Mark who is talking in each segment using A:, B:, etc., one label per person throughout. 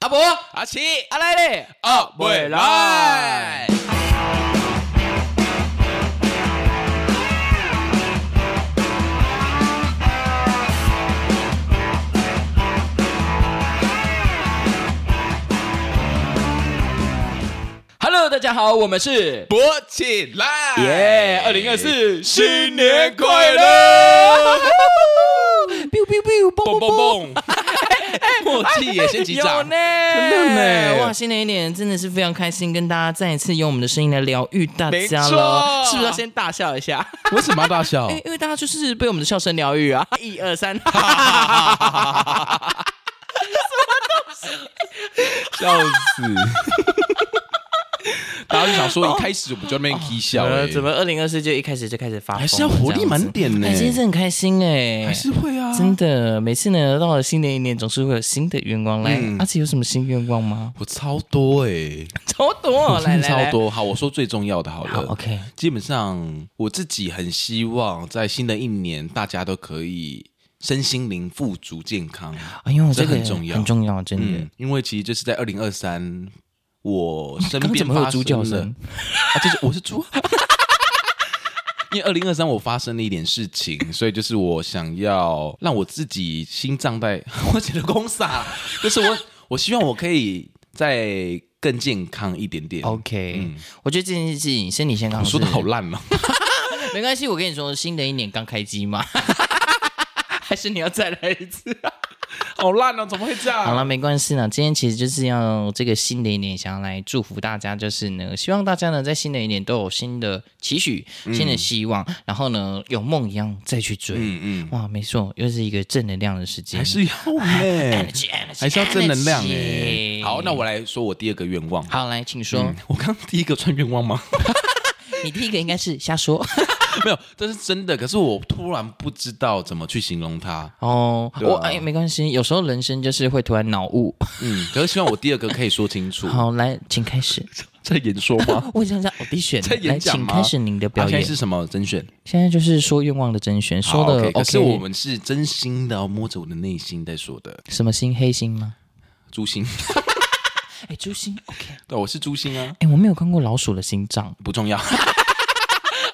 A: 阿伯、
B: 阿奇，
A: 阿来嘞，
B: 啊，未来。
A: Hello，大家好，我们是
B: 勃起来！
A: 耶，二零二四
B: 新年快乐！
A: ！biu biu biu，
B: 蹦
A: 蹦
B: 蹦
A: 蹦蹦，
B: 蹦！默契也先击
A: 有
B: 掌
A: 呢，，
C: 哎
B: 真的呢
C: 哇，新的一年真的是非常开心，跟大家再一次用我们的声音来疗愈大
B: 没
C: 家
B: 错
C: 了，是不是要先大笑一下？
B: 为什么要大笑
C: 因为因为大家就是被我们的笑声疗愈啊！一二三，
B: 笑死！大家就想说，一开始我们就在那边 k 笑、欸，
C: 哦怎么二零二四就一开始就开始发疯了，
B: 还是要活力满点呢、
C: 这样子，哎，今天真的很开心哎，
B: 还是会啊，
C: 真的，每次呢到了新的一年，总是会有新的愿望来
B: 嗯。
C: 阿奇有什么新愿望吗？
B: 我超多哎、
C: 超多，啊
B: 我
C: 哦来
B: 真的
C: 来来
B: 超，多。好，我说最重要的，好了
C: 好，OK，
B: 基本上我自己很希望在新的一年，大家都可以身心灵富足、健康。
C: 哎呦，
B: 这
C: 这个
B: 很重要
C: 很重要，真的
B: 嗯。，因为其实就是在二零二三，我身
C: 刚刚
B: 边
C: 怎么会有
B: 发
C: 猪
B: 生
C: 叫
B: 了
C: 声？
B: 啊，就是我是猪。 因为二零二三我发生了一点事情， 所以就是我想要让我自己心脏在， 我觉得公傻， 就是我我希望我可以再更健康一点点。
C: OK，、我觉得这件事情身体健康
B: 我
C: 是
B: 说的好烂哦，
C: 没关系。我跟你说，新的一年刚开机 嘛，还是你要再来一次？
B: 好烂哦，怎么会这样？
C: 好了，没关系啦。今天其实就是要这个新的一年，想要来祝福大家，就是呢，希望大家呢在新的一年都有新的期许、新的希望，然后呢有梦一样再去追。
B: 嗯嗯，
C: 哇，没错，又是一个正能量的时间
B: 还。是要哎，
C: Energy, energy,
B: 还是要正能量哎。
C: energy
B: 好，那我来说我第二个愿望。
C: 好来，请说。
B: 嗯， 我刚第一个算愿望 吗？
C: 你第一个应该是瞎 说
B: 没有，这是真的。可是我突然不知道怎么去形容它。
C: 哦。
B: 对啊
C: 我哎，没关系，有时候人生就是会突然脑雾。
B: 嗯，可是希望我第二个可以说清楚。
C: 好，来，请开始。
B: 在演说 吗？
C: 我想想，audition，
B: 在演
C: 来，
B: 讲
C: 请
B: 吗
C: 开始您的
B: 啊
C: 表
B: 现在
C: 演。
B: 是什么甄选？
C: 现在就是说愿望的甄选，说
B: 好
C: 的
B: OK，可是
C: OK
B: 我们是真心的哦，摸着我的内心在说的。
C: 什么星黑星吗？
B: 朱星，
C: 哎，猪星 OK。
B: 对，我是朱星啊，
C: 哎，我没有看过老鼠的心脏。
B: 不重要。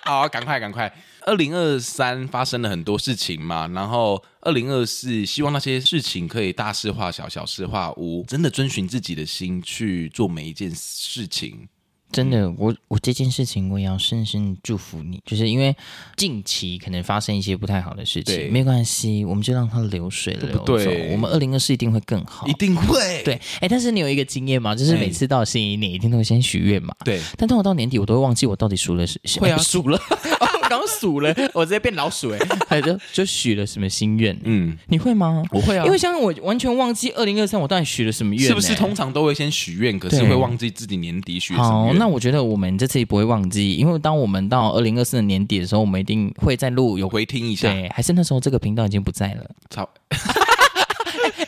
B: 好，赶快赶快！二零二三发生了很多事情嘛，然后二零二四希望那些事情可以大事化小，小事化无，真的遵循自己的心去做每一件事情。
C: 真
B: 嗯
C: 的，我我这件事情我也要深深祝福你，就是因为近期可能发生一些不太好的事
B: 对
C: 情，没关系，我们就让它流水流走。
B: 对
C: 我们二零二四一定会更好
B: 一。定会。
C: 哦对，哎，但是你有一个经验嘛，就是
B: 哎
C: 每次到新一年一定都会先许愿嘛。
B: 对，
C: 但通常到年底，我都会忘记我到底数了是
B: 会啊
C: 数了， 哦我刚数了，我直接变老鼠哎、还就就许了什么心愿？
B: 嗯，
C: 你会吗？
B: 我会啊
C: 因为像我完全忘记二零二三我到底许了什么愿、
B: 是不是
C: 欸
B: 通常都会先许愿，可是
C: 对
B: 会忘记自己年底许什么
C: 好，
B: 愿
C: 那我觉得我们这次也不会忘记，因为当我们到二零二四的年底的时候，我们一定会再录有
B: 有回听一下，
C: 对，还是啊那时候这个频道已经不在了。
B: 差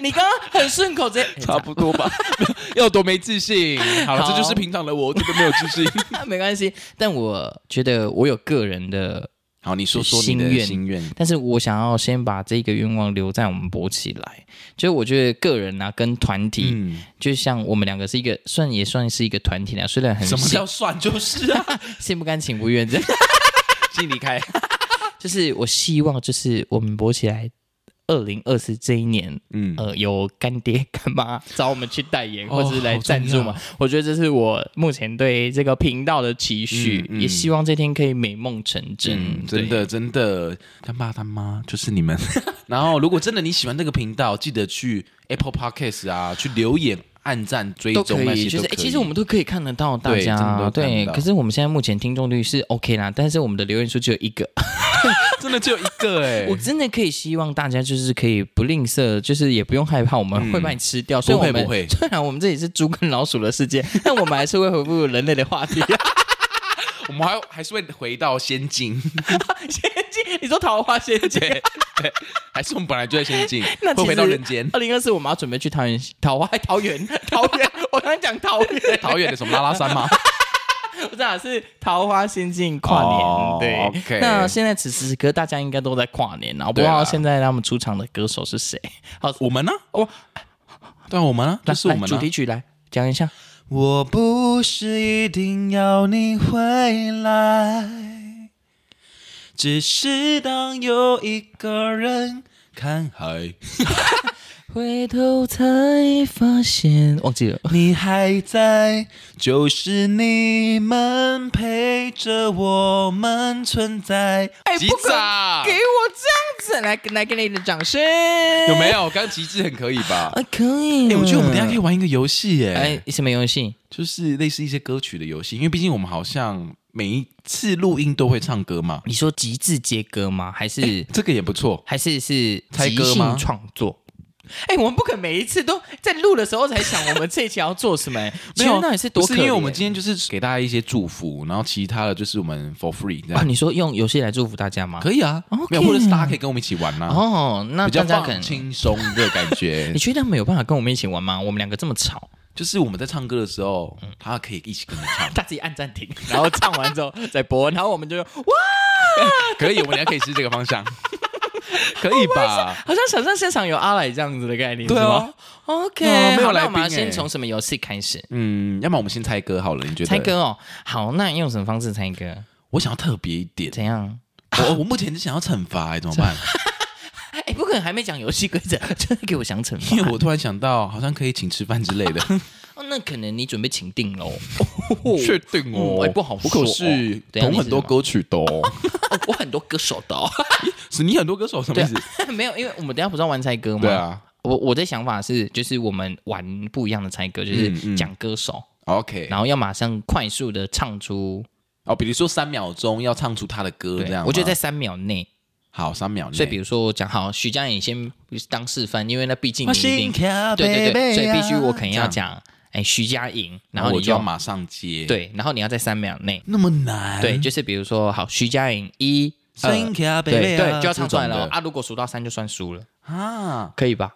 C: 你刚刚很顺口，直接
B: 差不多吧， 要多没自信。好了，
C: 好
B: 这就是平常的我，我这个没有自信。
C: 没关系。但我觉得我有个人的，
B: 好，你说说你的
C: 心愿
B: 心愿。
C: 但是我想要先把这个愿望留在我们博起来。就是我觉得个人啊跟团体，
B: 嗯，
C: 就像我们两个是一个算也算是一个团体啦，虽然很
B: 什么
C: 心
B: 叫算就是啊？
C: 心不甘情不愿这样，
B: 请离开。
C: 就是我希望就是我们博起来。二零二四这一年，
B: 嗯，
C: 呃，有干爹干妈找我们去代 言，
B: 哦
C: 或者是来赞助嘛？
B: 好
C: 我觉得这是我目前对这个频道的期许，
B: 嗯嗯
C: 也希望这天可以美梦成真。
B: 嗯
C: 对
B: 真，的真的，干爸他妈就是你们。 然后，如果真的你喜欢这个频道，记得去 Apple Podcast 啊，去留言、按赞、追
C: 都
B: 踪
C: 可
B: 那
C: 以，
B: 些
C: 就是、
B: 都
C: 诶
B: 可以。
C: 其实我们都可以看得到大
B: 对真的
C: 家
B: 都看
C: 对
B: 到
C: 可是我们现在目前听众率是 OK 啦，但是我们的留言数只有一个，
B: 真的只有一个哎
C: 我真的可以希望大家就是可以不吝啬，就是也不用害怕我们会把你吃掉。虽然我们
B: 嗯不会不会
C: 虽然我们这里是猪跟老鼠的世界，但我们还是会回复人类的 话题。
B: 我们还还是会回到仙境，
C: 仙境，你说桃花仙境，，
B: 还是我们本来就在仙境
C: 那
B: 会回到人间。
C: 二零二四我们要准备去桃园，桃花桃 园，桃园，我刚刚讲桃园，
B: 桃园的什么拉拉 山吗？
C: 不是啊，是桃花仙境跨年。
B: 哦
C: 对
B: OK
C: 那现在此时此刻大家应该都在跨年啊，我不知
B: 对啦
C: 道现在他们出场的歌手是谁。
B: 我们呢？
C: 哦，
B: 哦对啊，我们啊，
C: 来
B: 这是我
C: 来
B: 们
C: 主
B: 啊
C: 题。曲来讲一下。
B: 我不是一定要你回来，只是当有一个人看 海，
C: 回头才发现，忘记了。
B: 你还在，就是你们陪着我们存在。
C: 哎
B: 吉
C: 不可
B: 咋
C: 给我这样子，来来给你的掌声，
B: 有没？有？刚极致很可以吧？
C: 啊，可以。
B: 哎、我觉得我们等一下可以玩一个游戏耶，
C: 哎，什么游戏？
B: 就是类似一些歌曲的游戏，因为毕竟我们好像每一次录音都会唱歌嘛，
C: 你说极致接歌吗？还是
B: 这个也不错。
C: 还是是
B: 猜
C: 即
B: 歌
C: 兴
B: 吗
C: 创作？哎，我们不可每一次都在录的时候才想我们这一期要做什么。 哎
B: 没
C: 其实
B: 有，
C: 那也是多
B: 不
C: 可
B: 是因为
C: 怜
B: 我们今天就是给大家一些祝福，然后其他的就是我们 for free 这
C: 啊，
B: 样，
C: 你说用游戏来祝福大家吗？
B: 可以啊
C: OK
B: 没有，或者是大家可以跟我们一起玩呐、啊，
C: 哦，那
B: 比较
C: 大家可
B: 放
C: 能
B: 轻松的感觉
C: 你。确定他们有办法跟我们一起玩吗？我们两个这么 吵，，
B: 就是我们在唱歌的时候，他可以一起跟着 唱
C: 他自己按暂停，然后唱完之后再播，然后我们就哇，
B: 可以，我们俩可以试这个 方向，可以吧？
C: 好像想象现场有阿来这样子的概念，
B: 对啊
C: 是吗，OK，
B: 对啊没有
C: 好那
B: 来
C: 我们要
B: 宾
C: 先
B: 欸
C: 从什么游戏开始？
B: 嗯，要么我们先猜歌好了，你觉得？
C: 猜，歌哦，好，那用什么方式猜歌？
B: 我想要特别一 点，
C: 怎样？
B: 我我目前只想要惩罚、哎怎么 办？
C: 哎，不可能还没讲游戏规则， 真的给我想惩罚。
B: 因为我突然想到，好像可以请吃饭之类 的，
C: 哦，那可能你准备请定喽。
B: 确定
C: 嗯哎不好
B: 我
C: 说
B: 可
C: 哦
B: 是
C: 等一下
B: 懂
C: 你
B: 很
C: 是
B: 多
C: 什么
B: 歌曲的哦。
C: 哦我很多歌手的哦，
B: 是你很多歌手什么意思？
C: 没有，因为我们等一下不是要玩猜歌吗？
B: 对。啊
C: 我我的想法是，就是我们玩不一样的猜歌，就是
B: 嗯嗯
C: 讲歌手，
B: ，OK，
C: 然后要马上快速的唱出，
B: 哦，比如说三秒钟要唱出他的歌
C: 对
B: 这样吗，
C: 我觉得在三秒内。
B: 好三秒内，
C: 所以比如说我讲好，徐佳莹先当示范，因为那毕竟你
B: 我
C: 一定
B: 心 跳
C: 对对对，
B: baby
C: 所以
B: 啊
C: 必须我肯定要讲，哎，徐佳莹，然
B: 然
C: 后
B: 哦后我
C: 你
B: 就要马上接，，
C: 对，然后你要在三秒内，
B: 那么难，
C: 对，就是比如说好，徐佳莹一。二
B: 心跳
C: 对
B: baby
C: 对
B: 啊，
C: 就要唱出来
B: 这
C: 了哦
B: 种的
C: 啊！如果数到三就算输了，
B: 啊。
C: 可以吧？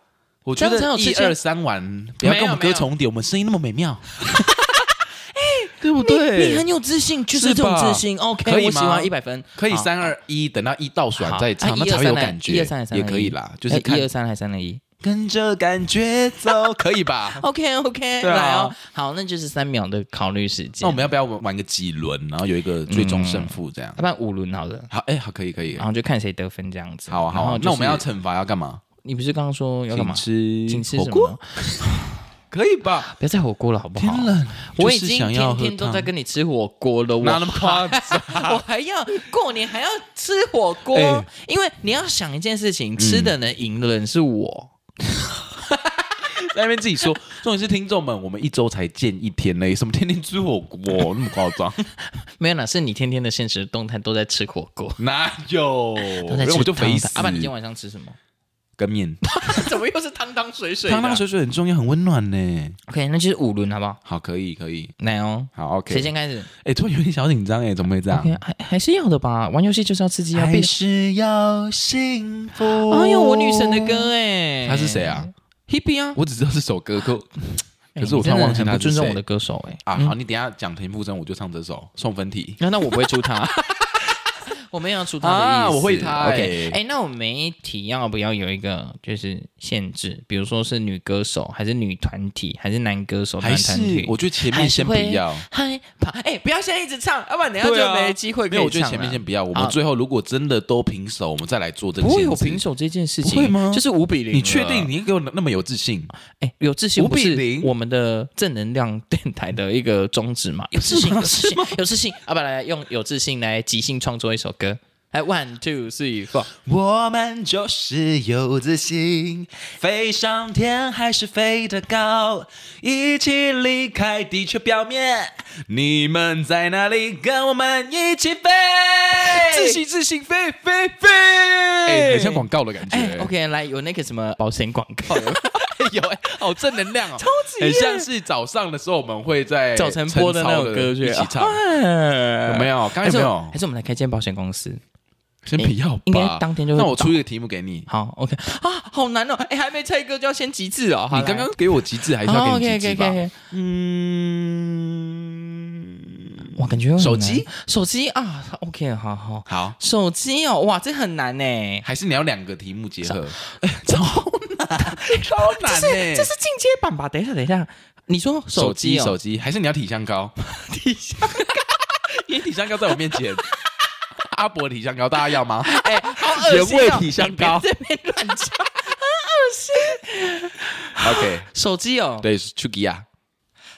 B: 我觉
C: 这样才有
B: 得
C: 刺
B: 一
C: 激
B: 二三完，不要
C: 没
B: 跟
C: 有
B: 我们歌重叠，我们声音那么美妙，对不对？
C: 你很有自信，就是
B: 是
C: 这种
B: 吧
C: 自信。OK，
B: 可以
C: 我喜
B: 吗
C: 欢一百分，
B: 可以
C: 好
B: 三二一，等到一倒数完再
C: 好
B: 唱，
C: 啊
B: 那才会有感
C: 一
B: 觉
C: 二三来一二三来。三
B: 也
C: 二
B: 可以
C: 一
B: 啦，就是
C: 哎
B: 看
C: 一二三还三二一。
B: 跟着感觉走，可以吧？
C: OK OK，
B: 对啊
C: 来哦，好，那就是三秒的考虑时间。
B: 那我们要不要玩玩个几轮，然后有一个最终胜负这样
C: 要？不然五轮好了，
B: 好，哎，好，可以，可以
C: 然，后就看谁得分这样子。
B: 好啊，好
C: 然
B: 啊
C: 后。就是
B: 那我们要惩罚要干嘛？
C: 你不是刚刚说要干嘛？
B: 请吃
C: 请吃
B: 火
C: 什
B: 锅，
C: 么？
B: 可以吧？
C: 不要再火锅了，好不好？
B: 冷，
C: 我
B: 就
C: 已
B: 是
C: 经
B: 想要
C: 天
B: 喝
C: 天都
B: 汤
C: 在跟你吃火锅了，我
B: 哪 那么 夸张？
C: 我还要过年还要吃火锅，
B: 哎
C: 因为你要想一件事情，吃的能赢的人是我。
B: 在那边自 己说。重点是听众们，我们一周才见一天嘞，什么天天吃火锅那么夸张？
C: 没有啦，是你天天的现实动态都在吃火锅，
B: 哪有？
C: 都在
B: 然
C: 吃
B: 后我就肥死
C: 汤。汤阿啊爸，你今 天晚上吃什么？
B: 跟面，
C: 怎么又是汤汤水水的
B: 汤汤水水很重要，很温暖呢。
C: OK，那就是五轮好不好？
B: 好，可以，可以，
C: 来哦，
B: 好
C: 谁
B: ，OK。
C: 先开始
B: 哎，突然有点小紧张哎，怎么会这样？
C: ？OK，还还是要的吧，玩游戏就是要刺激，要变
B: 还。是要幸福。
C: 哎呦，我女神的歌哎，
B: 她是谁啊
C: ？Hebe 啊，
B: 我只知道是首歌，可
C: 哎
B: 可是我突然
C: 你真的
B: 忘记
C: 很
B: 她
C: 不
B: 是
C: 尊重
B: 谁
C: 我的歌手哎。
B: 啊，好，你等一下讲田馥甄，我就唱这首送分题。
C: 那那我不会出 他，我没有要出他的意思。
B: 啊我会他欸
C: OK，哎、那我们每一题要不要有一个就是限制？比如说是女歌手，还是女团体，还是男歌手、
B: 还
C: 男团
B: 是
C: 体？
B: 我觉得前面先不要，
C: 害怕，哎、不要现在一直唱，要不然等一下
B: 对
C: 就
B: 啊
C: 没机会可
B: 没有，
C: 以
B: 我觉
C: 唱
B: 得
C: 了。
B: 前面先不要。我
C: 好
B: 们最后如果真的都平手，我们再来做这个
C: 啊不会有
B: 限制
C: 平手这件事情，
B: 不会吗
C: 就是五比零。
B: 你确定？？你给我那么有自信？
C: 哎、有自信
B: 5
C: 不
B: 比
C: 是
B: 0
C: 我们的正能量电台的一个宗旨 嘛？有自信，有自信，有自信。要不然来用有自信来即兴创作一首歌。来，one two three four。
B: 我们就是有自信，飞上天还是飞得高，一起离开地球表面。你们在哪里？跟我们一起飞！
C: 自
B: 信自信飞飞飞！哎、很像广告的感觉。
C: 哎、o k 来有那个什么保险广告，
B: 有哎、好正能量哦，超级很像是早上的时候我们会在
C: 早晨播的那首歌啊哎
B: 晨操
C: 曲，
B: 的一起唱。啊有
C: 有
B: 没？有？刚
C: 还是
B: 才哎有没
C: 我
B: 有
C: 还？是我们来开间保险公司？
B: 先不要吧，
C: 应该当天就会
B: 那我出一个题目给你，
C: 好，OK 啊，好难哦！哎、还没猜歌就要先极致哦。好
B: 你刚刚给我极致，还是要给你极致吧？
C: o
B: 嗯，
C: 我感觉很难
B: 手机
C: 手机啊，OK，好好
B: 好，
C: 手机哦，哇，这很难呢。
B: 还是你要两个题目结合？哎，超难超难
C: 这
B: 欸
C: 是这是进阶版吧？等一下，等一下，你说
B: 手机
C: 机
B: 手
C: 哦，
B: 机，还是你要体香 膏？
C: 底下
B: 因为体香膏在我面前， 阿伯体香膏大家要吗？
C: 哎，好恶心哦！
B: 原味体香膏
C: 你别这边乱讲
B: OK，
C: 手机哦，
B: 对，是 Chugi 啊，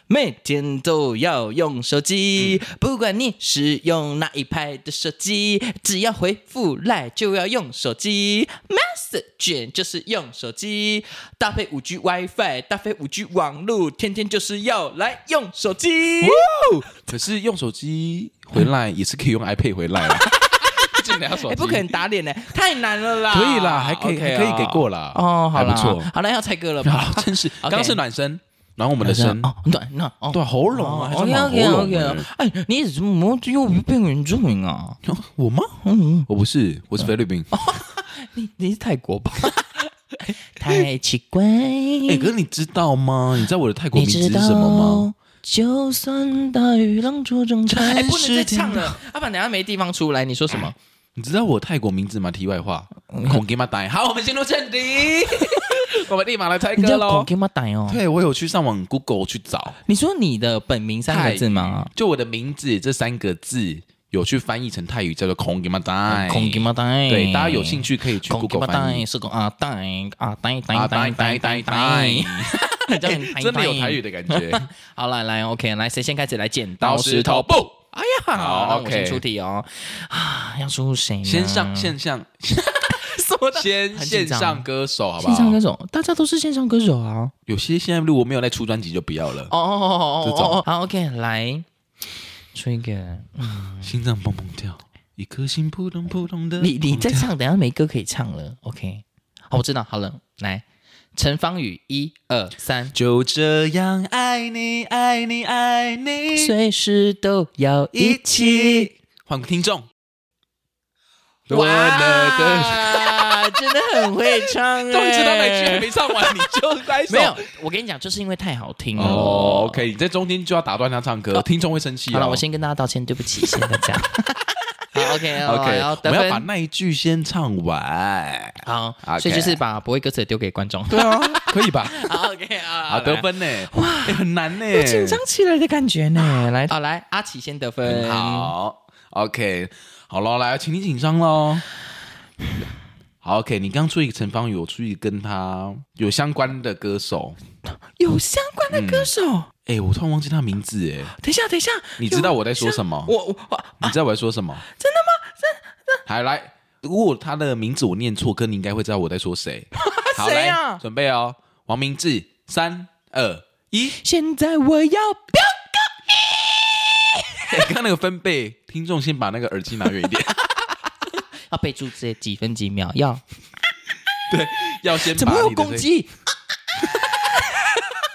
C: 每天都要用手机，
B: 嗯
C: 不管你使用哪一派的手机，只要回复来就要用手机，message 就是用手机，搭配五 G WiFi，搭配五 G 网络，天天就是要来用手机。
B: 可是用手机回来也是可以用 iPad 回来啊 啦，这两手
C: 哎、
B: 机
C: 不可能打脸呢、太难了啦！
B: 可以啦，还可以
C: OK
B: 还
C: 啊
B: 可以给过啦，
C: 哦，好
B: 还
C: 啦，
B: 不错，
C: 好了，要猜歌了吧
B: 啊，？ 真 是，
C: OK
B: 刚刚是暖身，然后我们的声，
C: 哦，暖暖哦，
B: 对，喉咙啊，还是
C: OK
B: 暖
C: OK
B: 喉咙
C: OK，
B: 欸。
C: 哎，你怎么又变原住民啊？
B: 我吗？
C: 嗯，哦
B: 我不是，我是菲律宾。
C: 你 你是泰国吧？太奇怪，
B: 哎，可是你知道吗？你知道我的泰国
C: 你
B: 名字
C: 知
B: 是
C: 道
B: 什么吗？？
C: 就算大雨浪潮中
B: 哎
C: 哎，
B: 不
C: 不
B: 能
C: 能再
B: 再唱
C: 唱了，要不然等下没地方出来。你说什么？
B: 你知道我泰国名字吗？题外话，
C: 嗯
B: 孔给马呆。好，我们进入 正题，我们立马来猜
C: 你
B: 歌
C: 叫狗
B: 喽。
C: 给马胆哦？
B: 对，我有去上网 Google 去找，
C: 你说你的本名三个字吗？
B: 就我的名字这三个字有去翻译成泰语，叫做孔给马呆。
C: 嗯孔给马蛋，
B: 对，大家有兴趣可以去
C: 孔给
B: Google
C: 马
B: 翻译
C: 蛋。是个啊阿蛋阿蛋
B: 啊
C: 蛋蛋
B: 呆呆
C: 蛋
B: 呆
C: 蛋
B: 呆
C: 蛋，
B: 真的有台语的感觉。
C: 好，来来，OK，来，谁先开始来剪
B: 刀
C: 刀
B: 石
C: 石头
B: 头布
C: 布？哎呀，
B: 好
C: 那
B: OK
C: 我先出题哦。啊，要出谁呢？
B: 先上线上，
C: 嗯 什么的？
B: 先
C: 很
B: 线
C: 紧张
B: 上歌手，好不
C: 线上歌
B: 好？
C: 手，大家都是线上歌手啊。
B: 有些现在如果没有在出专辑就不要了。
C: 哦哦哦
B: 这
C: 哦
B: 种呃
C: 哦，好，OK，来出一个。
B: 心脏砰砰跳，一颗心扑通扑通的。
C: 你你再唱，等一下没歌可以唱了。OK，好，我知道，好了，来，陈芳宇，一二三，
B: 就这样爱你，爱你，爱你，
C: 随时都要一
B: 一
C: 起。
B: 起换听众。我的
C: 哇，啊真的很会唱哎！
B: 终于知道哪句还没唱完，你就来
C: 没有，我跟你讲，就是因为太好听了。
B: 哦，OK，你在中间就要打断他唱歌，听众会生气哦。
C: 好了，我先跟大家道歉，对不起，谢谢大 家。好，OK，好
B: OK，
C: 要
B: 我
C: 得
B: 们要把
C: 分。
B: 那一句先唱完。
C: 好
B: OK
C: 所以就是把不会歌词的丢给观众。
B: 对啊， 可以吧？
C: 好，OK 啊，
B: 啊，
C: 好
B: 得。
C: 来
B: 分呢？哇，很难呢，
C: 紧张起来的感觉 呢，来，好来，阿奇先得分。，
B: 好，OK，好了，来，请你紧张喽。好，OK，你刚出一个陈芳宇，我出一个跟他有相关的歌手。
C: 有相关的歌手，
B: 哎、我突然忘记他名字哎，
C: 等一下，等一下，
B: 你知道我在说什么？
C: 我我我
B: 你知道我在说什么？真的吗？真的？好，来，如果他的名字我念错，哥你应该会知道我在说谁。 好，
C: 谁
B: 来，
C: 啊
B: 准备哦，王明志，三二一。
C: 现在我要
B: 哎刚刚那个分贝，听众先把那个耳机拿远一 点，
C: 要备注这几分几秒，要
B: 要先把
C: 怎么会
B: 你
C: 有
B: 的
C: 攻
B: 这
C: 击？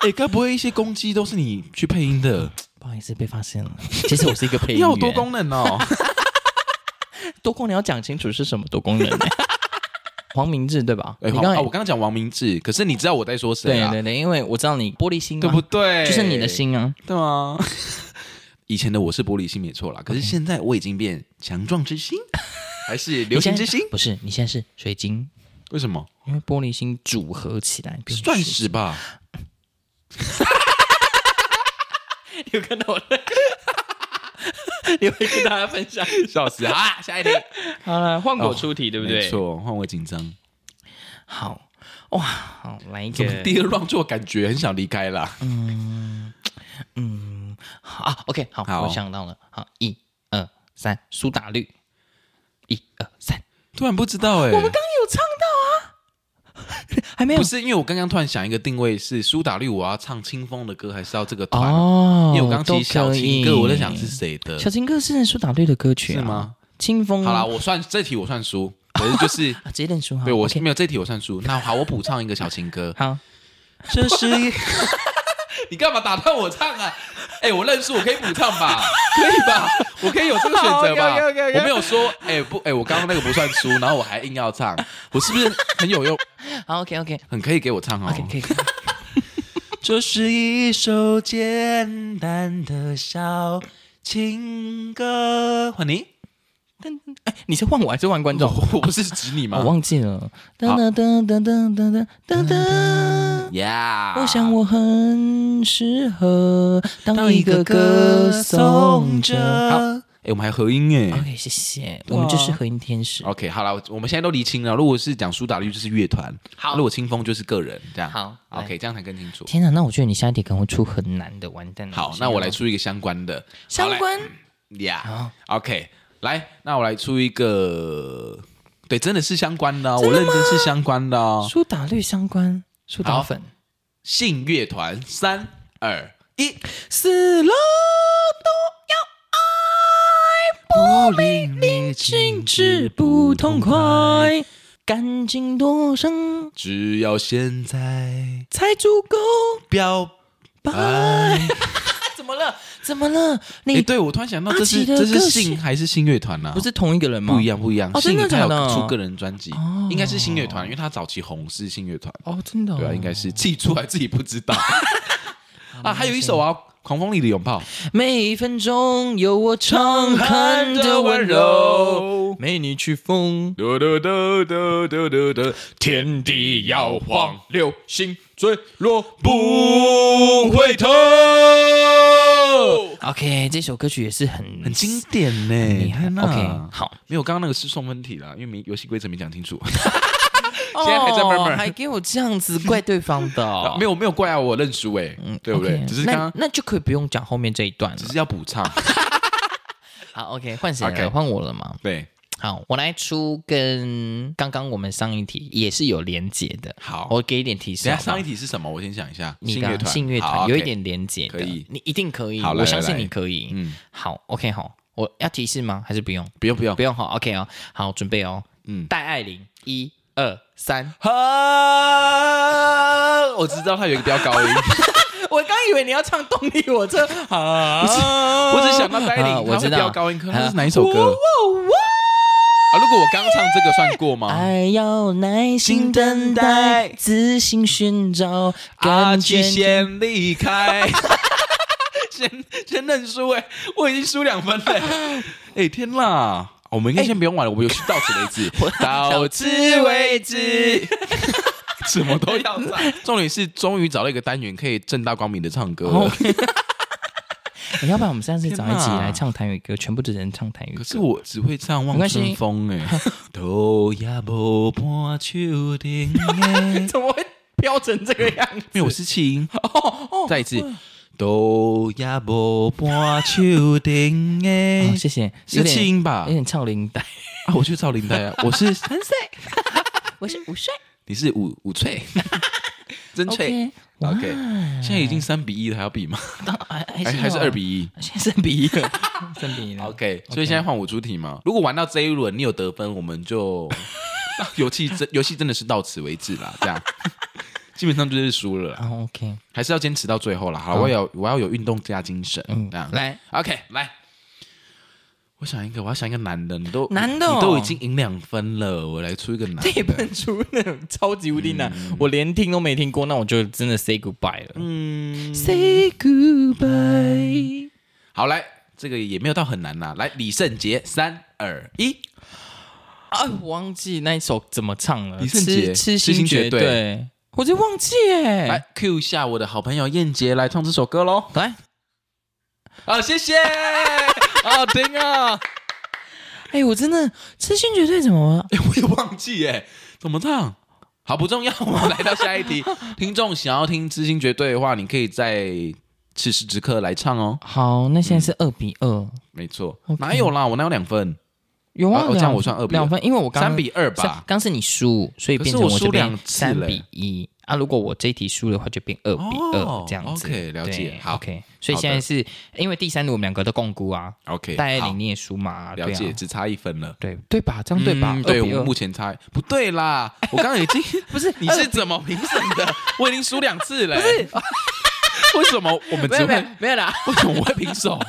B: 哎、该不会一些公鸡都是你去配音的？
C: 不好意思，被发现了。 其实我是一个配音
B: 你
C: 员，
B: 好多功能哦。
C: 多功能要讲清楚是什么多功能、 黄明志对吧？
B: 哎、
C: 你
B: 好
C: 刚才、
B: 啊我刚刚讲王明志，可是你知道我在说谁
C: 对
B: 啊？
C: 对对，因为我知道你玻璃心、啊，
B: 对不对？
C: 就是你的，心啊。
B: 对吗？ 以前的我是玻璃心没错啦，可是现在我已经变强壮之 心，还是流行之
C: 你
B: 星
C: 现在？不是，你现在是水晶，
B: 为什么？
C: 因为玻璃心组合起来变
B: 是
C: 成
B: 钻
C: 水
B: 石吧？
C: 晶。有看到我的？ 你会跟大家分享？
B: 笑死！好 啊，下一题，
C: 好了，换
B: 我
C: 出题，对
B: 没错，换我紧张。
C: 好哇，好来一
B: 怎么
C: 个
B: 第二 round 就感觉很想离开啦？
C: 好啊，OK，好，
B: 好
C: 我想到了，好，一二三，苏打绿，一二三，
B: 突然不知道哎、
C: 有唱到啊，还没有
B: 不是因为我刚刚突然想一个定位是苏打绿，我要唱清风的歌，还是要这个团？
C: 哦，
B: 因为我刚
C: 都
B: 刚其实小
C: 可
B: 情
C: 以
B: 歌，我在想是谁的。
C: 小情歌是苏打绿的歌曲、啊、
B: 是吗？
C: 清风
B: 好啦，我算这题我算输，可是就是
C: 啊，直接认输哈。
B: 对我
C: OK。
B: 没有这题我算输。那好，我补唱一个小情歌
C: 好，
B: 这是，你干嘛打断我唱啊？哎，我认输，我可以补唱吧？ 可以吧？我可以有这个选择吧？
C: 好，OK，OK，OK，OK
B: 我没有说，哎不，哎我刚刚那个不算输，然后我还硬要唱，我是不是很有用？
C: 好，OK OK
B: 很可以给我唱哦。
C: OK 可以。可以
B: 这是一首简单的小情歌，换你。
C: 噔噔，哎，你是换我还是换观众？
B: 我不是指你吗？
C: 我忘记了。噔噔噔噔噔噔噔噔噔。
B: 呀
C: 我想我很适合当一个歌颂
B: 好，
C: 者。
B: 哎、我们还合音哎、
C: OK，谢谢，我们就是合音天使。
B: OK，好了，我们现在都厘清了。如果是讲苏打绿，就是乐团；
C: 好
B: 如果清风就是个人，这样
C: 好来
B: ，OK，这样才更清楚。
C: 天哪，那我觉得你下一题可能会出很难的，完蛋了。
B: 好，那我来出一个相关的，嗯
C: 相关哦
B: 呀、OK，来，那我来出一个，对，真的是相关的、哦，我认真是相关的、哦。
C: 苏打绿相关，苏打粉。
B: 信乐团，三二一，
C: 死了都要爱，不
B: 令你
C: 禁止不痛快，干净多生
B: 只要现在
C: 才足够。
B: 表白。
C: 啊怎么了？怎么了？
B: 哎、
C: 你
B: 对我突然想到，
C: 阿
B: 这是
C: 奇的
B: 这是
C: 个
B: 信
C: 性
B: 还是信乐团呢、啊？
C: 不是同一个人吗？
B: 不一样，不一样。
C: 哦
B: 信
C: 真的
B: 他
C: 假的
B: 有出个人专辑，应该是新乐团，因为他早期红是新乐团，
C: 哦，真的、哦。
B: 对啊，应该是自己出来自己不知 道啊。还有一首啊，《狂风里的拥抱》，
C: 每一分钟有我常看的温柔，没你去疯。
B: 嘟嘟嘟嘟嘟嘟嘟，
C: 天地摇晃，流星坠落。
B: 不回头，
C: OK，这首歌曲也是很
B: 很经典呢、啊
C: 厉害。
B: 天哪
C: OK，好，
B: 没有，刚刚那个是送分题啦，因为没游戏规则没讲清楚。现在还在闷闷
C: 哦还给我这样子怪对方的哦、 嗯
B: 没有没有怪啊，我认输哎、对不对
C: OK，
B: 只是刚刚
C: 那啊那就可以不用讲后面这一段
B: 只
C: 了。
B: 是要补唱。
C: 好，OK，换谁
B: OK
C: 了？换我了吗？
B: 对，
C: 好，我来出跟刚刚我们上一题也是有连结的。
B: 好
C: 我给一点提示
B: 等一
C: 好不
B: 下
C: 好。
B: 上一题是什么？我先想一下，
C: 你
B: 信
C: 刚
B: 乐团，
C: 信乐
B: 好
C: 团
B: ，OK
C: 有一点连结的，
B: 可以
C: 你一定可以，
B: 好来
C: 我相信
B: 来
C: 你可以。
B: 嗯，
C: 好，OK，好，我要提示吗？还是不用？
B: 不用不用
C: 不，用，好，OK 哦，好，准备哦。
B: 嗯，
C: 戴爱玲，一二三，
B: 啊，我知道他有一个飙高 音，
C: 我刚以为你要唱动力火 车，啊，
B: 我只想到戴
C: 啊
B: 琳，
C: 我知道
B: 飙高音，可是它
C: 啊
B: 是哪一首歌？啊，如果我刚唱这个算过吗？
C: 爱要耐心等
B: 静
C: 待，
B: 待
C: 自行寻找，
B: 啊，
C: 感
B: 去
C: 觉
B: 先离开， 先先认输哎，我已经输两分了， 哎天啦！我们应该先不用玩了，我们游戏到此为 止，到此为止， 什么都要在。 重点是，终于找到一个单元可以正大光明的唱歌了。
C: 哎要不然我们下次找一集
B: 天哪
C: 来唱台语歌，全部的人唱台语歌
B: 可。是我只会唱《望春风》 哎，头也无半手顶 哎，
C: 怎么会飙成这个样子？
B: 因为我是气音。再一次，头也无半手顶哎
C: 哦，，谢谢，有
B: 是气
C: 点
B: 音吧
C: 有？点唱领带。
B: 啊，我去赵 林黛啊，我是
C: 很帅，我是五岁，
B: 你是五五翠， 真翠。
C: OK，哇
B: OK，现在已经三比一了，还要比吗？
C: 还还嗯
B: 还还是二，比一？
C: 现在三比一 了，三比一了。
B: OK，所以现在换我出题嘛。如果玩到这一轮你有得分，我们 就游戏真游戏真的是到此为止啦，这样 基本上就是输了啦，
C: 啊 OK，
B: 还是要坚持到最后啦。好，我要我要有运动加精神，
C: 嗯
B: 这样，
C: 来
B: OK 来。我想一个，我要想一个男的，你都
C: 男的哦
B: 你都已经赢两分了，我来出一个男
C: 这
B: 的。
C: 本出那种超级无敌难，我连听都没听过，那我就真的 say goodbye 了。
B: 嗯，
C: Say goodbye。
B: 好来，这个也没有到很难啦。来，李圣杰，三二一，
C: 啊，我忘记那一首怎么唱了。
B: 李圣杰
C: 痴
B: 痴
C: 心
B: 心
C: 绝
B: 绝对
C: 对，我就忘记哎。
B: 来 Q 一下我的好朋友燕杰来唱这首歌喽。
C: 来，哦
B: 好，谢谢，好听 啊！
C: 哎，我真的痴心绝对怎么了？
B: 哎，我也忘记哎，怎么唱？好，不重要，我们来到下一题。听众想要听知心绝对的话，你可以在此时此刻来唱哦。
C: 好，那现在是二比二，
B: 没错
C: OK
B: 哪有啦？我哪有两分？
C: 有啊
B: 哦，这样我算2比2
C: 两分，因为我刚
B: 三比二吧
C: 三。刚是你输，所以变成
B: 可是我
C: 这
B: 输
C: 边
B: 两次
C: 三
B: 嘞
C: 比一啊。如果我这一题输的话，就变二比
B: 哦
C: 二这样子。
B: OK，了解
C: 对
B: 好
C: OK，所以
B: 好的
C: 现在是因为第三轮我们两个都共估啊，
B: OK，
C: 戴爱
B: 好
C: 玲你也输嘛，
B: 了
C: 对
B: 解，
C: 啊
B: 只差一分了。
C: 对对吧？这样对吧？2
B: 嗯对，
C: 比
B: 我
C: 二
B: 目前差不对 啦，我刚刚已经不是 你是怎么评审的？我已经输两次 了、 为什么我们
C: 没
B: 只
C: 有没有
B: 会
C: 没有啦，
B: 为什么我会 平手？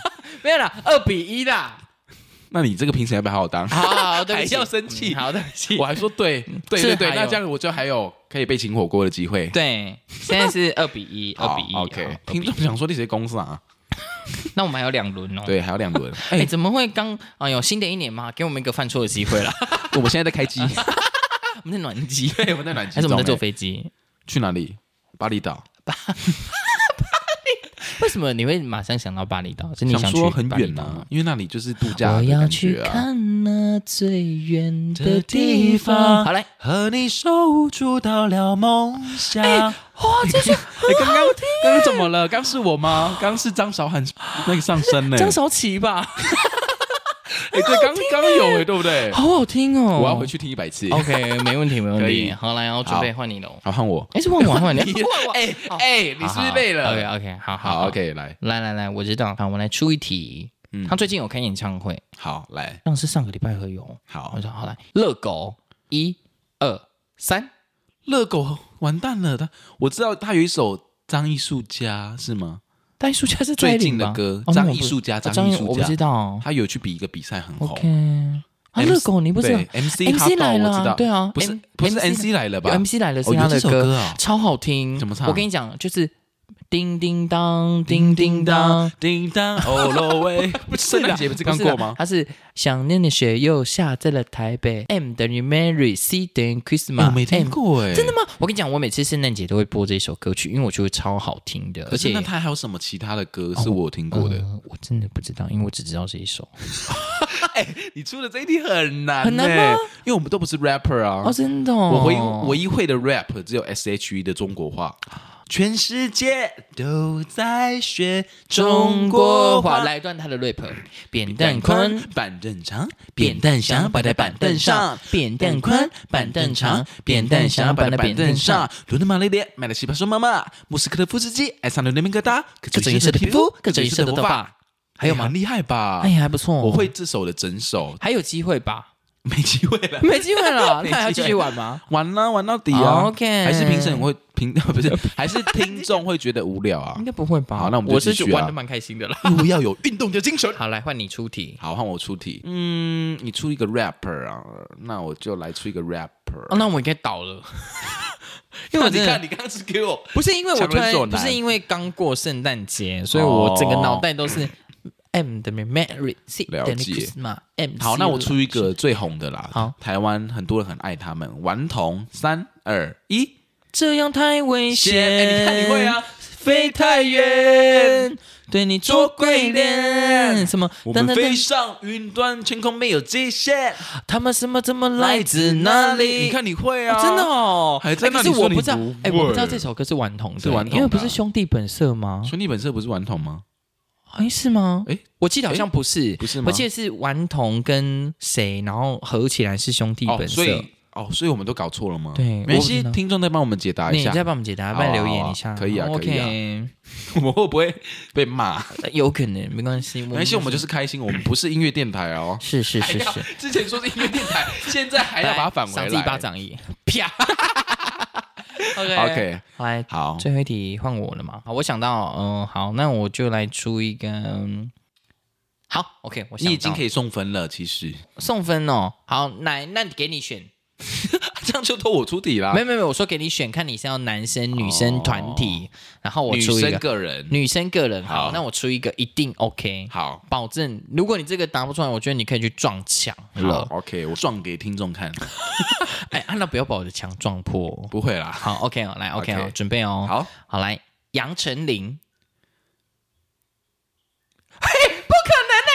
C: 没有啦，二比一啦。
B: 那你这个评审要不要好好当？
C: 好， 对
B: 还
C: 不起，
B: 要生气
C: 嗯好，对不 起
B: 我。还说对对
C: 是
B: 对对，
C: 还
B: 那
C: 有
B: 这样我就还有可以被请火锅的机会。
C: 对，现在是二比一，二
B: 好
C: 比一。
B: ，OK。
C: 好
B: 听众想说你谁公司啊？
C: 那我们还有两轮哦。，
B: 对，还有两 轮。
C: 哎、
B: 哎，
C: 怎么会刚？哎呦，新的一年嘛，给我们一个犯错的机会啦。
B: 我们现在 在开机，
C: 我们在暖机，
B: 对，我们在暖机
C: 还是我们在坐
B: 中哎
C: 飞机？
B: 去哪里？巴厘岛，
C: 为什么你会马上想到巴厘岛？是你去
B: 说很
C: 巴厘
B: 远
C: 岛吗
B: 啊，因为那里就是度假
C: 我
B: 的
C: 要
B: 感
C: 去
B: 觉啊。
C: 看那最远的地方。好嘞，
B: 和你手触到了梦想。
C: 哎哦
B: 哇， 这是刚刚刚刚怎么了？刚是我吗？刚是张韶涵那个上身 呢？
C: 张韶琪吧，
B: 哎，对，刚刚有哎，对不对？
C: 啊好好听哦。
B: 我要回去听一百次。
C: OK，没问题，没问
B: 可
C: 题。
B: 以
C: 好，来，我准备
B: 好
C: 换你喽。
B: 好，换我。
C: 哎，是问我，换你。
B: 哎哎，你是不是累
C: ？OK
B: 了？
C: OK，好好
B: 好。，OK，来，
C: 来来来，我知道。好，我们来出一题。
B: 嗯
C: 他最近有开演唱会，
B: 好，来，
C: 上次上个礼拜会有。
B: 好
C: 我。说好来，乐狗一二三，
B: 热狗完蛋了，他我知道他有一首《张艺术家》是吗？
C: 大艺术家是
B: 最
C: 蔡依
B: 近
C: 林
B: 的
C: 吧
B: 歌
C: 哦那
B: 张
C: 我
B: 艺
C: 不
B: 术家
C: 哦
B: 张
C: 张
B: 艺
C: 艺
B: 术
C: 我不
B: 家
C: 知道。
B: 他有去比一个比赛很红。
C: OK，啊，
B: MC
C: 乐狗你不知道
B: 对，MC
C: MC
B: 哈豆
C: 来了
B: 我
C: 啊
B: 知道，
C: 对啊
B: 不是
C: M-
B: 不是
C: MC
B: MC 来了吧
C: 有 MC 来了是
B: 哦有
C: 他
B: 这
C: 的
B: 首歌啊
C: 超好听。
B: 怎么唱
C: 我跟你讲，就是叮叮当，叮叮当。，
B: 叮当，All the way，不 是圣诞节不是刚过吗？
C: 它是想念的雪又下在了台北。M 等于 Mary，C 等于
B: 哎
C: Christmas。
B: 我没听
C: M-
B: 过哎，
C: 真的？吗？我跟你讲，我每次圣诞节都会播这首歌曲，因为我觉得超好听的，而
B: 可是
C: 且
B: 那他还有什么其他的歌是我有听过的？啊
C: 呃我真的不知道，因为我只知道这一首。
B: 哎你出的这一题很难，
C: 很难吗？
B: 因为我们都不是 rapper 啊
C: 哦，，真的哦，
B: 我唯一唯一会的 rap 只有 S H E 的中国话。全世界都在学
C: 中
B: 中
C: 国
B: 国
C: 话
B: 话，
C: 来一段他的 rap，扁担
B: 蛋
C: 宽
B: 宽，，板凳长，
C: 扁
B: 扁
C: 担
B: 担
C: 想
B: 想
C: 摆
B: 摆
C: 在
B: 在
C: 板
B: 板
C: 凳
B: 凳
C: 上
B: 上，
C: 扁担宽，板凳长，扁担想摆在板凳上。
B: 伦敦玛丽莲买了奇葩说妈妈，莫斯科的夫斯基爱上了那边疙瘩，
C: 各
B: 各
C: 种颜色的皮肤，各种颜色的头发，
B: 还有蛮厉害吧？
C: 哎呀，还不错哦，
B: 我会这首的整首，
C: 还有机会吧？
B: 没机会了。
C: 没机会了，
B: 没
C: 那
B: 机 会
C: 还要继续玩吗？哦
B: 玩啦、玩到底啊
C: OK
B: 还是评审会评 不是，还是听众会觉得无聊啊
C: 应？该不会吧？
B: 好那我们就
C: 我是
B: 继
C: 觉
B: 续啊
C: 得玩的蛮开心的啦。
B: 又要有运动的精神。
C: 好，来换你出题。
B: 好，换我出题。嗯，你出一个 rapper 啊，那我就来出一个 rapper。
C: 哦，那我应该倒了， 因 为我
B: 你
C: 真的
B: 看，你刚刚是给我
C: 不是因为我突
B: 强人所
C: 然
B: 难哦
C: 不是因为刚过圣诞节，所以我整个脑袋都是 M 的 Mary C 的
B: 了
C: c
B: 解
C: h r i M。
B: 好，那我出一个最红的啦。
C: 好，
B: 台湾很多人很爱他们。顽童，三二一，
C: 这样太危险。
B: 哎你看你会啊，
C: 飞太远，对你做鬼脸。什么？
B: 我
C: 等
B: 们
C: 等等
B: 飞上云端，天空没有界限，
C: 他们什么怎么来自哪里？
B: 你看你会啊，
C: 哦真的哦，
B: 还在
C: 哎
B: 那
C: 可
B: 里
C: 是我
B: 说你
C: 不知道
B: 不，
C: 哎，我不知道
B: 会
C: 这首歌是顽童的，
B: 是顽童的啊
C: 因为不是兄弟本色吗？
B: 兄弟本色不是顽童吗？
C: 哎，是吗？
B: 哎
C: 我记得好像不是，
B: 不是吗
C: 我记得是顽童跟谁，然后合起来是兄弟
B: 哦，
C: 本色
B: 所。以哦，所以我们都搞错了吗？
C: 对
B: 没关
C: 我
B: 系
C: 不知道，
B: 听众再帮我们解答一
C: 你
B: 下
C: 再，帮我们解答，
B: 好
C: 不然留
B: 好
C: 言
B: 好
C: 一下。哦
B: 可以啊
C: o k
B: 我们会不会被骂？
C: 有可能，没关系，
B: 没关系，我们就是开心，我们不是音乐电台 哦。
C: 是是是是，
B: 之前说是音乐电台，现在 还要把它返
C: 赏
B: 回
C: 自己一
B: 来。
C: 巴掌一啪。OK
B: OK，
C: 来，
B: 好，
C: 最后一题换我了嘛？好，我想到，嗯、好，那我就来出一个，嗯好，OK，我想
B: 你已经可
C: 以
B: 以送分了，其实
C: 送分哦。好，来，那给你选，
B: 这样就都我出题啦。
C: 没有没有没有，我说给你选，看你是要男生、女生、
B: 哦
C: 团体，然后我
B: 女
C: 哦出一
B: 生
C: 个
B: 个人，
C: 女生个人，好，
B: 好
C: 那我出一个一定 OK，
B: 好，
C: 保证。如果你这个答不出来，我觉得你可以去撞墙
B: 好
C: 了。
B: ，OK，我撞给听众看，
C: 哎，安娜不要把我的墙撞破哦。
B: 不会啦。
C: 好，OK 哦，来 OK 哦
B: OK
C: 准备哦，
B: 好，
C: 好来，杨丞琳，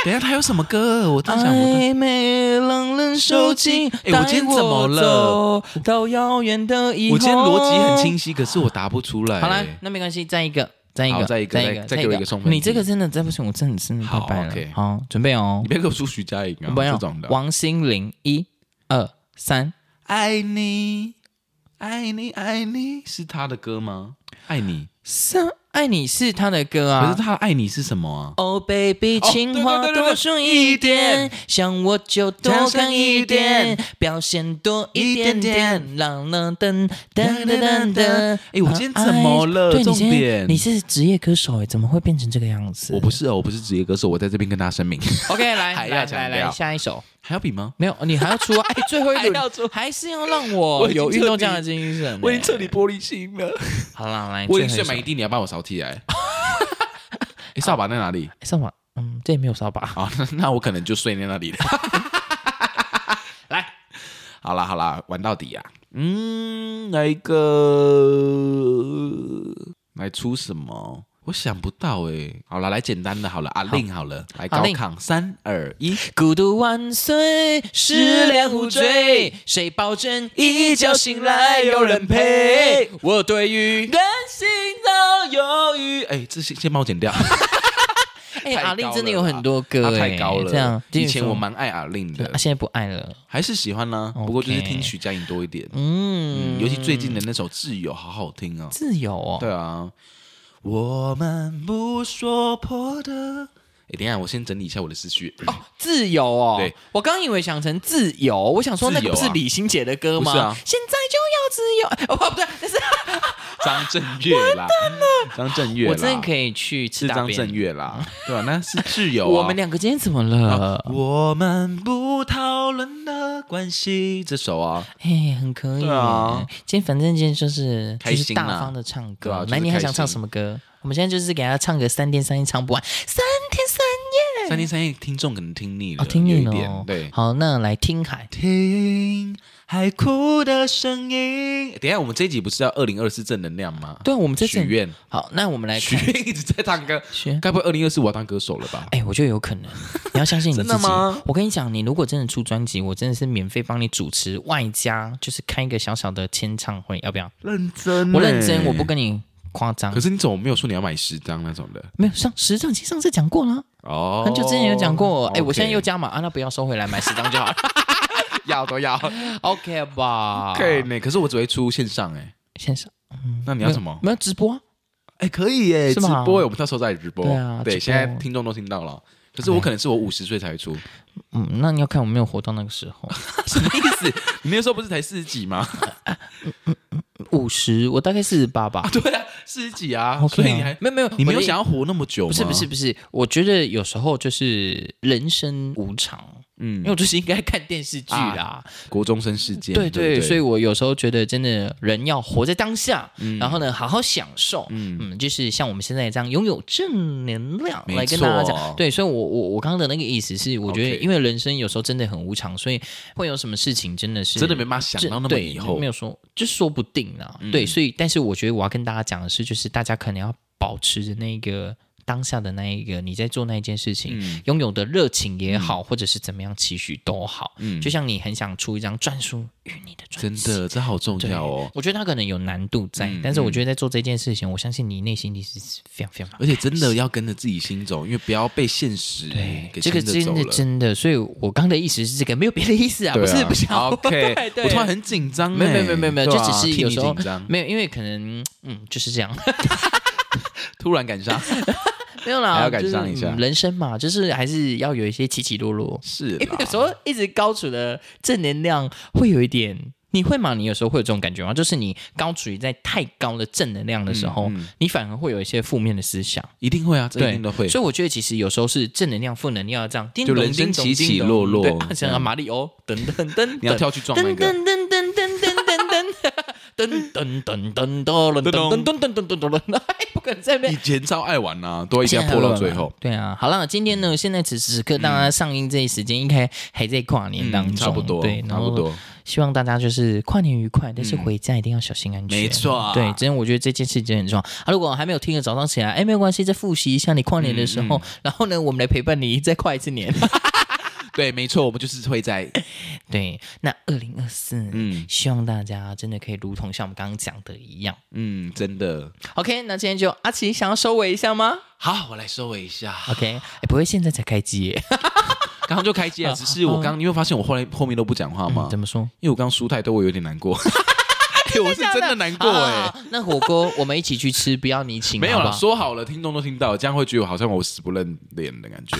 B: 等一下他有什么歌？我真想不到。
C: 暧昧让人受尽，
B: 哎我今天怎么了
C: 带我走？到遥远的以后，
B: 我今天逻辑很。清晰，可是我答不出来。
C: 好啦，那没关系，再一个，再一个，
B: 哎好再一个
C: 一个，
B: 再再给我一个送分题
C: 你这个真的再不行，我真的真的拜
B: 好
C: 拜了
B: OK。
C: 好，准备哦
B: 你，别给我出徐佳莹啊，
C: 没有
B: 这种的。
C: 王心凌，一、二、三，
B: 爱你，爱你，爱你，是他的歌吗？爱你，
C: 三，爱你是他的歌
B: 可
C: 啊
B: 是。他的爱你是什么啊？
C: Oh baby，
B: 哦
C: 情话
B: 对对对对对
C: 多说一点，想我就多看一点
B: 想想一，
C: 表现多一点
B: 一点
C: 点，让人噔噔噔
B: 噔噔
C: 噔
B: 噔
C: 噔
B: 噔。哎我今天怎么了
C: 啊对，你
B: 重
C: 今天
B: 点
C: 你是职业歌手哎，怎么会变成这个样子？
B: 我不是哦，我不是职业歌手，我在这边跟大家声明。
C: OK，来
B: 还
C: 来
B: 要强
C: 来
B: 调
C: 来，下一首
B: 还要比吗？
C: 没有，你还要出 啊？哎，最后一轮
B: 还要出
C: 还是要让
B: 我
C: 我
B: 已经
C: 有运动
B: 彻底
C: 家的精神哎。
B: 玻璃心了，
C: 好啦，来，
B: 我已
C: 最
B: 经
C: 后
B: 睡
C: 一首
B: 满一地，你要帮我扫起来。你啊哎扫把在哪里？
C: 哎扫把，嗯，这也没有扫把。
B: 啊，那那我可能就睡在那里了。
C: 来，
B: 好啦好啦，玩到底啊。嗯，来一个，来出什么？我想不到哎、好了，来简单的好了，阿令好了，来高
C: 阿令
B: 亢，三二一，
C: 孤独万岁，失恋无罪，谁保证一觉醒来有人陪？
B: 我对于
C: 人心早有余。
B: 哎，这些先帮我剪掉。
C: 哎，
B: 太
C: 阿令
B: 高
C: 真的
B: 了
C: 有
B: 啦
C: 很多歌
B: 他
C: 哎，
B: 太高了。
C: 这样，
B: 以前我
C: 们
B: 蛮爱阿令的，
C: 啊现在不爱了。
B: 还是喜欢呢、不过就是
C: OK
B: 听徐佳莹多一点。
C: 嗯，
B: 嗯，尤其最近的那首《挚友》好好听哦。
C: 自由哦。
B: 对啊，我们不说破的。哎，等一下，我先整理一下我的思绪。
C: 哦，自由哦。
B: 对，
C: 我刚以为想成自由，我想说那个不
B: 自
C: 是
B: 由啊
C: 李心洁的歌吗？
B: 不是啊
C: 现在就要自由。哦，不对，那是
B: 张震岳啦，张震岳啦，
C: 我真的可以去吃
B: 是
C: 大
B: 张震
C: 便。
B: 岳啦，对吧、那是挚友、啊。
C: 我们两个今天怎么
B: 啊
C: 了？
B: 我们不讨论的关系这首啊，
C: 嘿，很可以。
B: 对啊
C: 今天反正今天就是
B: 开
C: 就是
B: 心啊
C: 大方的唱歌。
B: 对啊就是
C: 来，你还想
B: 开心
C: 唱什么歌？我们现在就是给他唱个三天三夜唱不完，三天三夜。
B: 三天三夜听众可能啊听腻了，
C: 哎哦，听
B: 有
C: 腻
B: 一
C: 了
B: 点
C: 哦。
B: 对。
C: 好，那来听海。
B: 听海哭的声音。等一下，我们这一集不是要二零二四正能量吗？
C: 对啊，我们这次
B: 许愿，
C: 好，那我们来
B: 许
C: 看
B: 愿一直在唱歌，
C: 许愿
B: 该不会二零二四我要当歌手了吧？
C: 哎、我觉得有可能，你要相信你自己。
B: 真的吗
C: 我跟你讲，你如果真的出专辑，我真的是免费帮你主持，外加就是开一个小小的签唱会，要不要？
B: 认真欸
C: 我认真，我不。跟你夸张
B: 可。是你怎么没有说你要买十张那种的？
C: 没有上十张，其实上次讲过了，
B: 哦，
C: 很久之前有讲过。哎、
B: OK
C: 我现在又加码啊，那不要收回来，买十张就好 了
B: 要都要。
C: ，OK 吧？
B: 可以欸呢，可是我只会出线上哎，
C: 线上
B: 那你要什么？
C: 没有直播、啊，
B: 哎，可以耶，
C: 是
B: 直
C: 吗
B: 播耶，我们到时候再直播。
C: 对啊
B: 对，
C: 直播
B: 现在听众都听到了。可是我可能是我五十岁 才出，
C: 嗯，那你要看我没有活到那个时候，
B: 什么意思？ 你那时候不是才四十几 吗？
C: 五十，我大概四十八吧。
B: 对啊，四十几啊，
C: OK 啊
B: 所以你还
C: 没有没有
B: 你没有
C: 我的
B: 想要活那么久
C: 不
B: 吗？
C: 是不是，不是，我觉得有时候就是人生无常，因
B: 嗯
C: 为，我就是应该看电视剧啦。
B: 国中生事件，
C: 对
B: 对
C: 对，
B: 不
C: 所以我有时候觉得真的人要活在当下，
B: 嗯
C: 然后呢好好享受，嗯就是像我们现在这样拥有正能量
B: 没
C: 来跟大家
B: 错
C: 讲。对，所以我我我刚刚的那个意思是，我觉得
B: OK
C: 因为人生有时候真的很无常，所以会有什么事情真的是
B: 真的没办法想到那么
C: 对
B: 以后嗯
C: 没有说就说不定啦。对，所以但是我觉得我要跟大家讲的是，就是大家可能要保持着那个。当下的那一个你在做那一件事
B: 嗯
C: 情，拥有的热情也好，或者是怎么样期许都好，
B: 嗯
C: 就像你很想出一张专属于你的专
B: 真
C: 辑，
B: 的这好重
C: 对
B: 要哦。
C: 我觉得它可能有难度在，
B: 嗯
C: 但是我觉得在做这件事情，我相信你内心里是非常非常。
B: 而且真的要跟着自己心走，因为不要被现实
C: 对，
B: 给
C: 这个
B: 牵着
C: 真
B: 走
C: 的
B: 了。
C: 真的，所以我刚的意思是这个，没有别的意思啊，
B: 对
C: 不是
B: 啊
C: 不想
B: OK，
C: 对对
B: 我突然很紧张欸。
C: 没有没有没有没有没有，
B: 对
C: 就
B: 啊
C: 只是
B: 替
C: 有
B: 你
C: 时候
B: 紧张，
C: 没有，因为可能嗯就是这样，
B: 突然感伤
C: 没有啦，
B: 还要感
C: 就是
B: 伤一下
C: 嗯人生嘛，就是还是要有一些起起落落，
B: 是
C: 因为有
B: 啦，
C: 时候一直高处的正能量会有一点。你会吗？你有时候会有这种感觉吗？就是你高处于在太高的正能量的时候，
B: 嗯嗯
C: 你反而会有一些负面的思想。
B: 一定会啊，这
C: 对
B: 一定都会。
C: 所以我觉得其实有时候是正能量、负能量要这样，叮
B: 就
C: 咚
B: 人生
C: 叮咚
B: 起
C: 叮
B: 起
C: 咚
B: 落落
C: 对
B: 这
C: 啊像
B: 样
C: 马里奥噔噔噔，
B: 你要跳去撞那
C: 噔噔
B: 个，
C: 噔噔噔噔噔噔噔噔噔噔噔噔噔噔噔噔噔噔噔噔噔，哎不可能在那边
B: 以前超爱玩呐，都一定要破到最后。嗯
C: 对啊，好了，今天呢，现在此时此刻，大家上映这一时间应该还在跨年当中，
B: 嗯差不多
C: 对，，
B: 差不。多。嗯
C: 希望大家就是跨年愉快，但是回家一定要小心安全。
B: 没错
C: 对，真的我觉得这件事情很重要。啊，如果还没有听的，早上起来，哎，没有关系，再复习一下你跨年的时候，
B: 嗯
C: 然后呢，我们来陪伴你再跨一次 年。
B: 对，没错，我们就是会在
C: 对，那二零二四，
B: 嗯
C: 希望大家真的可以如同像我们刚刚讲的一样。
B: 嗯，真的。
C: OK，那今天就阿奇想要收尾一下 吗
B: 好，我来收尾一下。
C: ？OK，哎，不会现在才开机耶？
B: 刚刚就开机了，只是我刚，你有没有发现我后来后面都不讲话吗
C: 嗯？ 怎么说？
B: 因为我刚刚输太多，我有点难过。哎我是真的 难过
C: 好
B: 哎、
C: 好好 那火锅我们一起去吃，不要你请，
B: 没有
C: 好不
B: 了，
C: 好
B: 说好了，听众都听到，这样会觉得我好像我死不认脸的感 觉，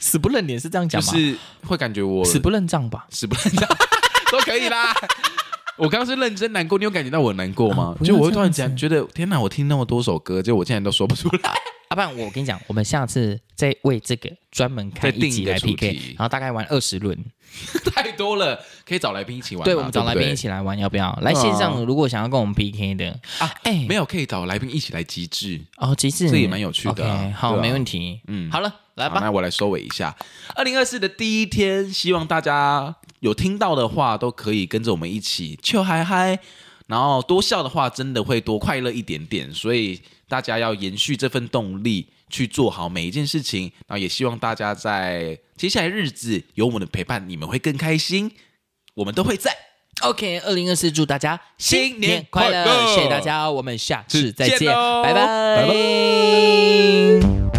C: 死不认脸是这样
B: 就
C: 讲吗？
B: 是会感觉我
C: 死不认账吧？
B: 死不认账 都可以啦。我刚刚是认真难过，你有感觉到我难过吗
C: 啊？不要
B: 就我会突然
C: 这
B: 讲，
C: 样子
B: 觉得天哪，我听那么多首歌，就我竟然都说不出来。
C: 阿、啊、不然我跟你讲，我们下次在为这个专门开
B: 再定
C: 一
B: 一
C: 集
B: 个
C: 来
B: 主
C: PK，
B: 题
C: 然后大概玩二十轮。
B: 太多了，可以找来宾一起玩嘛。
C: 对，我们找
B: 不嗯
C: 来宾一起来玩，要不要？来线上如果想要跟我们 PK 的
B: 啊，
C: 哎
B: 没有可以找来宾一起来集制。
C: 哦，其实
B: 这也蛮有趣的啊
C: OK，好，
B: 对啊
C: 没问题。嗯，好了，来
B: 好，
C: 吧。
B: 那我来收尾一下。二零二四的第一天，希望大家有听到的话，都可以跟着我们一起笑嗨嗨，然后多笑的话，真的会多快乐一点点。所以大家要延续这份动力，去做好每一件事情。然后也希望大家在接下来日子有我们的陪伴，你们会更开心，我们都会在。
C: OK，二零二四，祝大家
B: 新年
C: 快
B: 快乐
C: 谢谢大家，我们下次再
B: 再见
C: 见，
B: 喽
C: 拜拜，
B: 拜
C: 拜。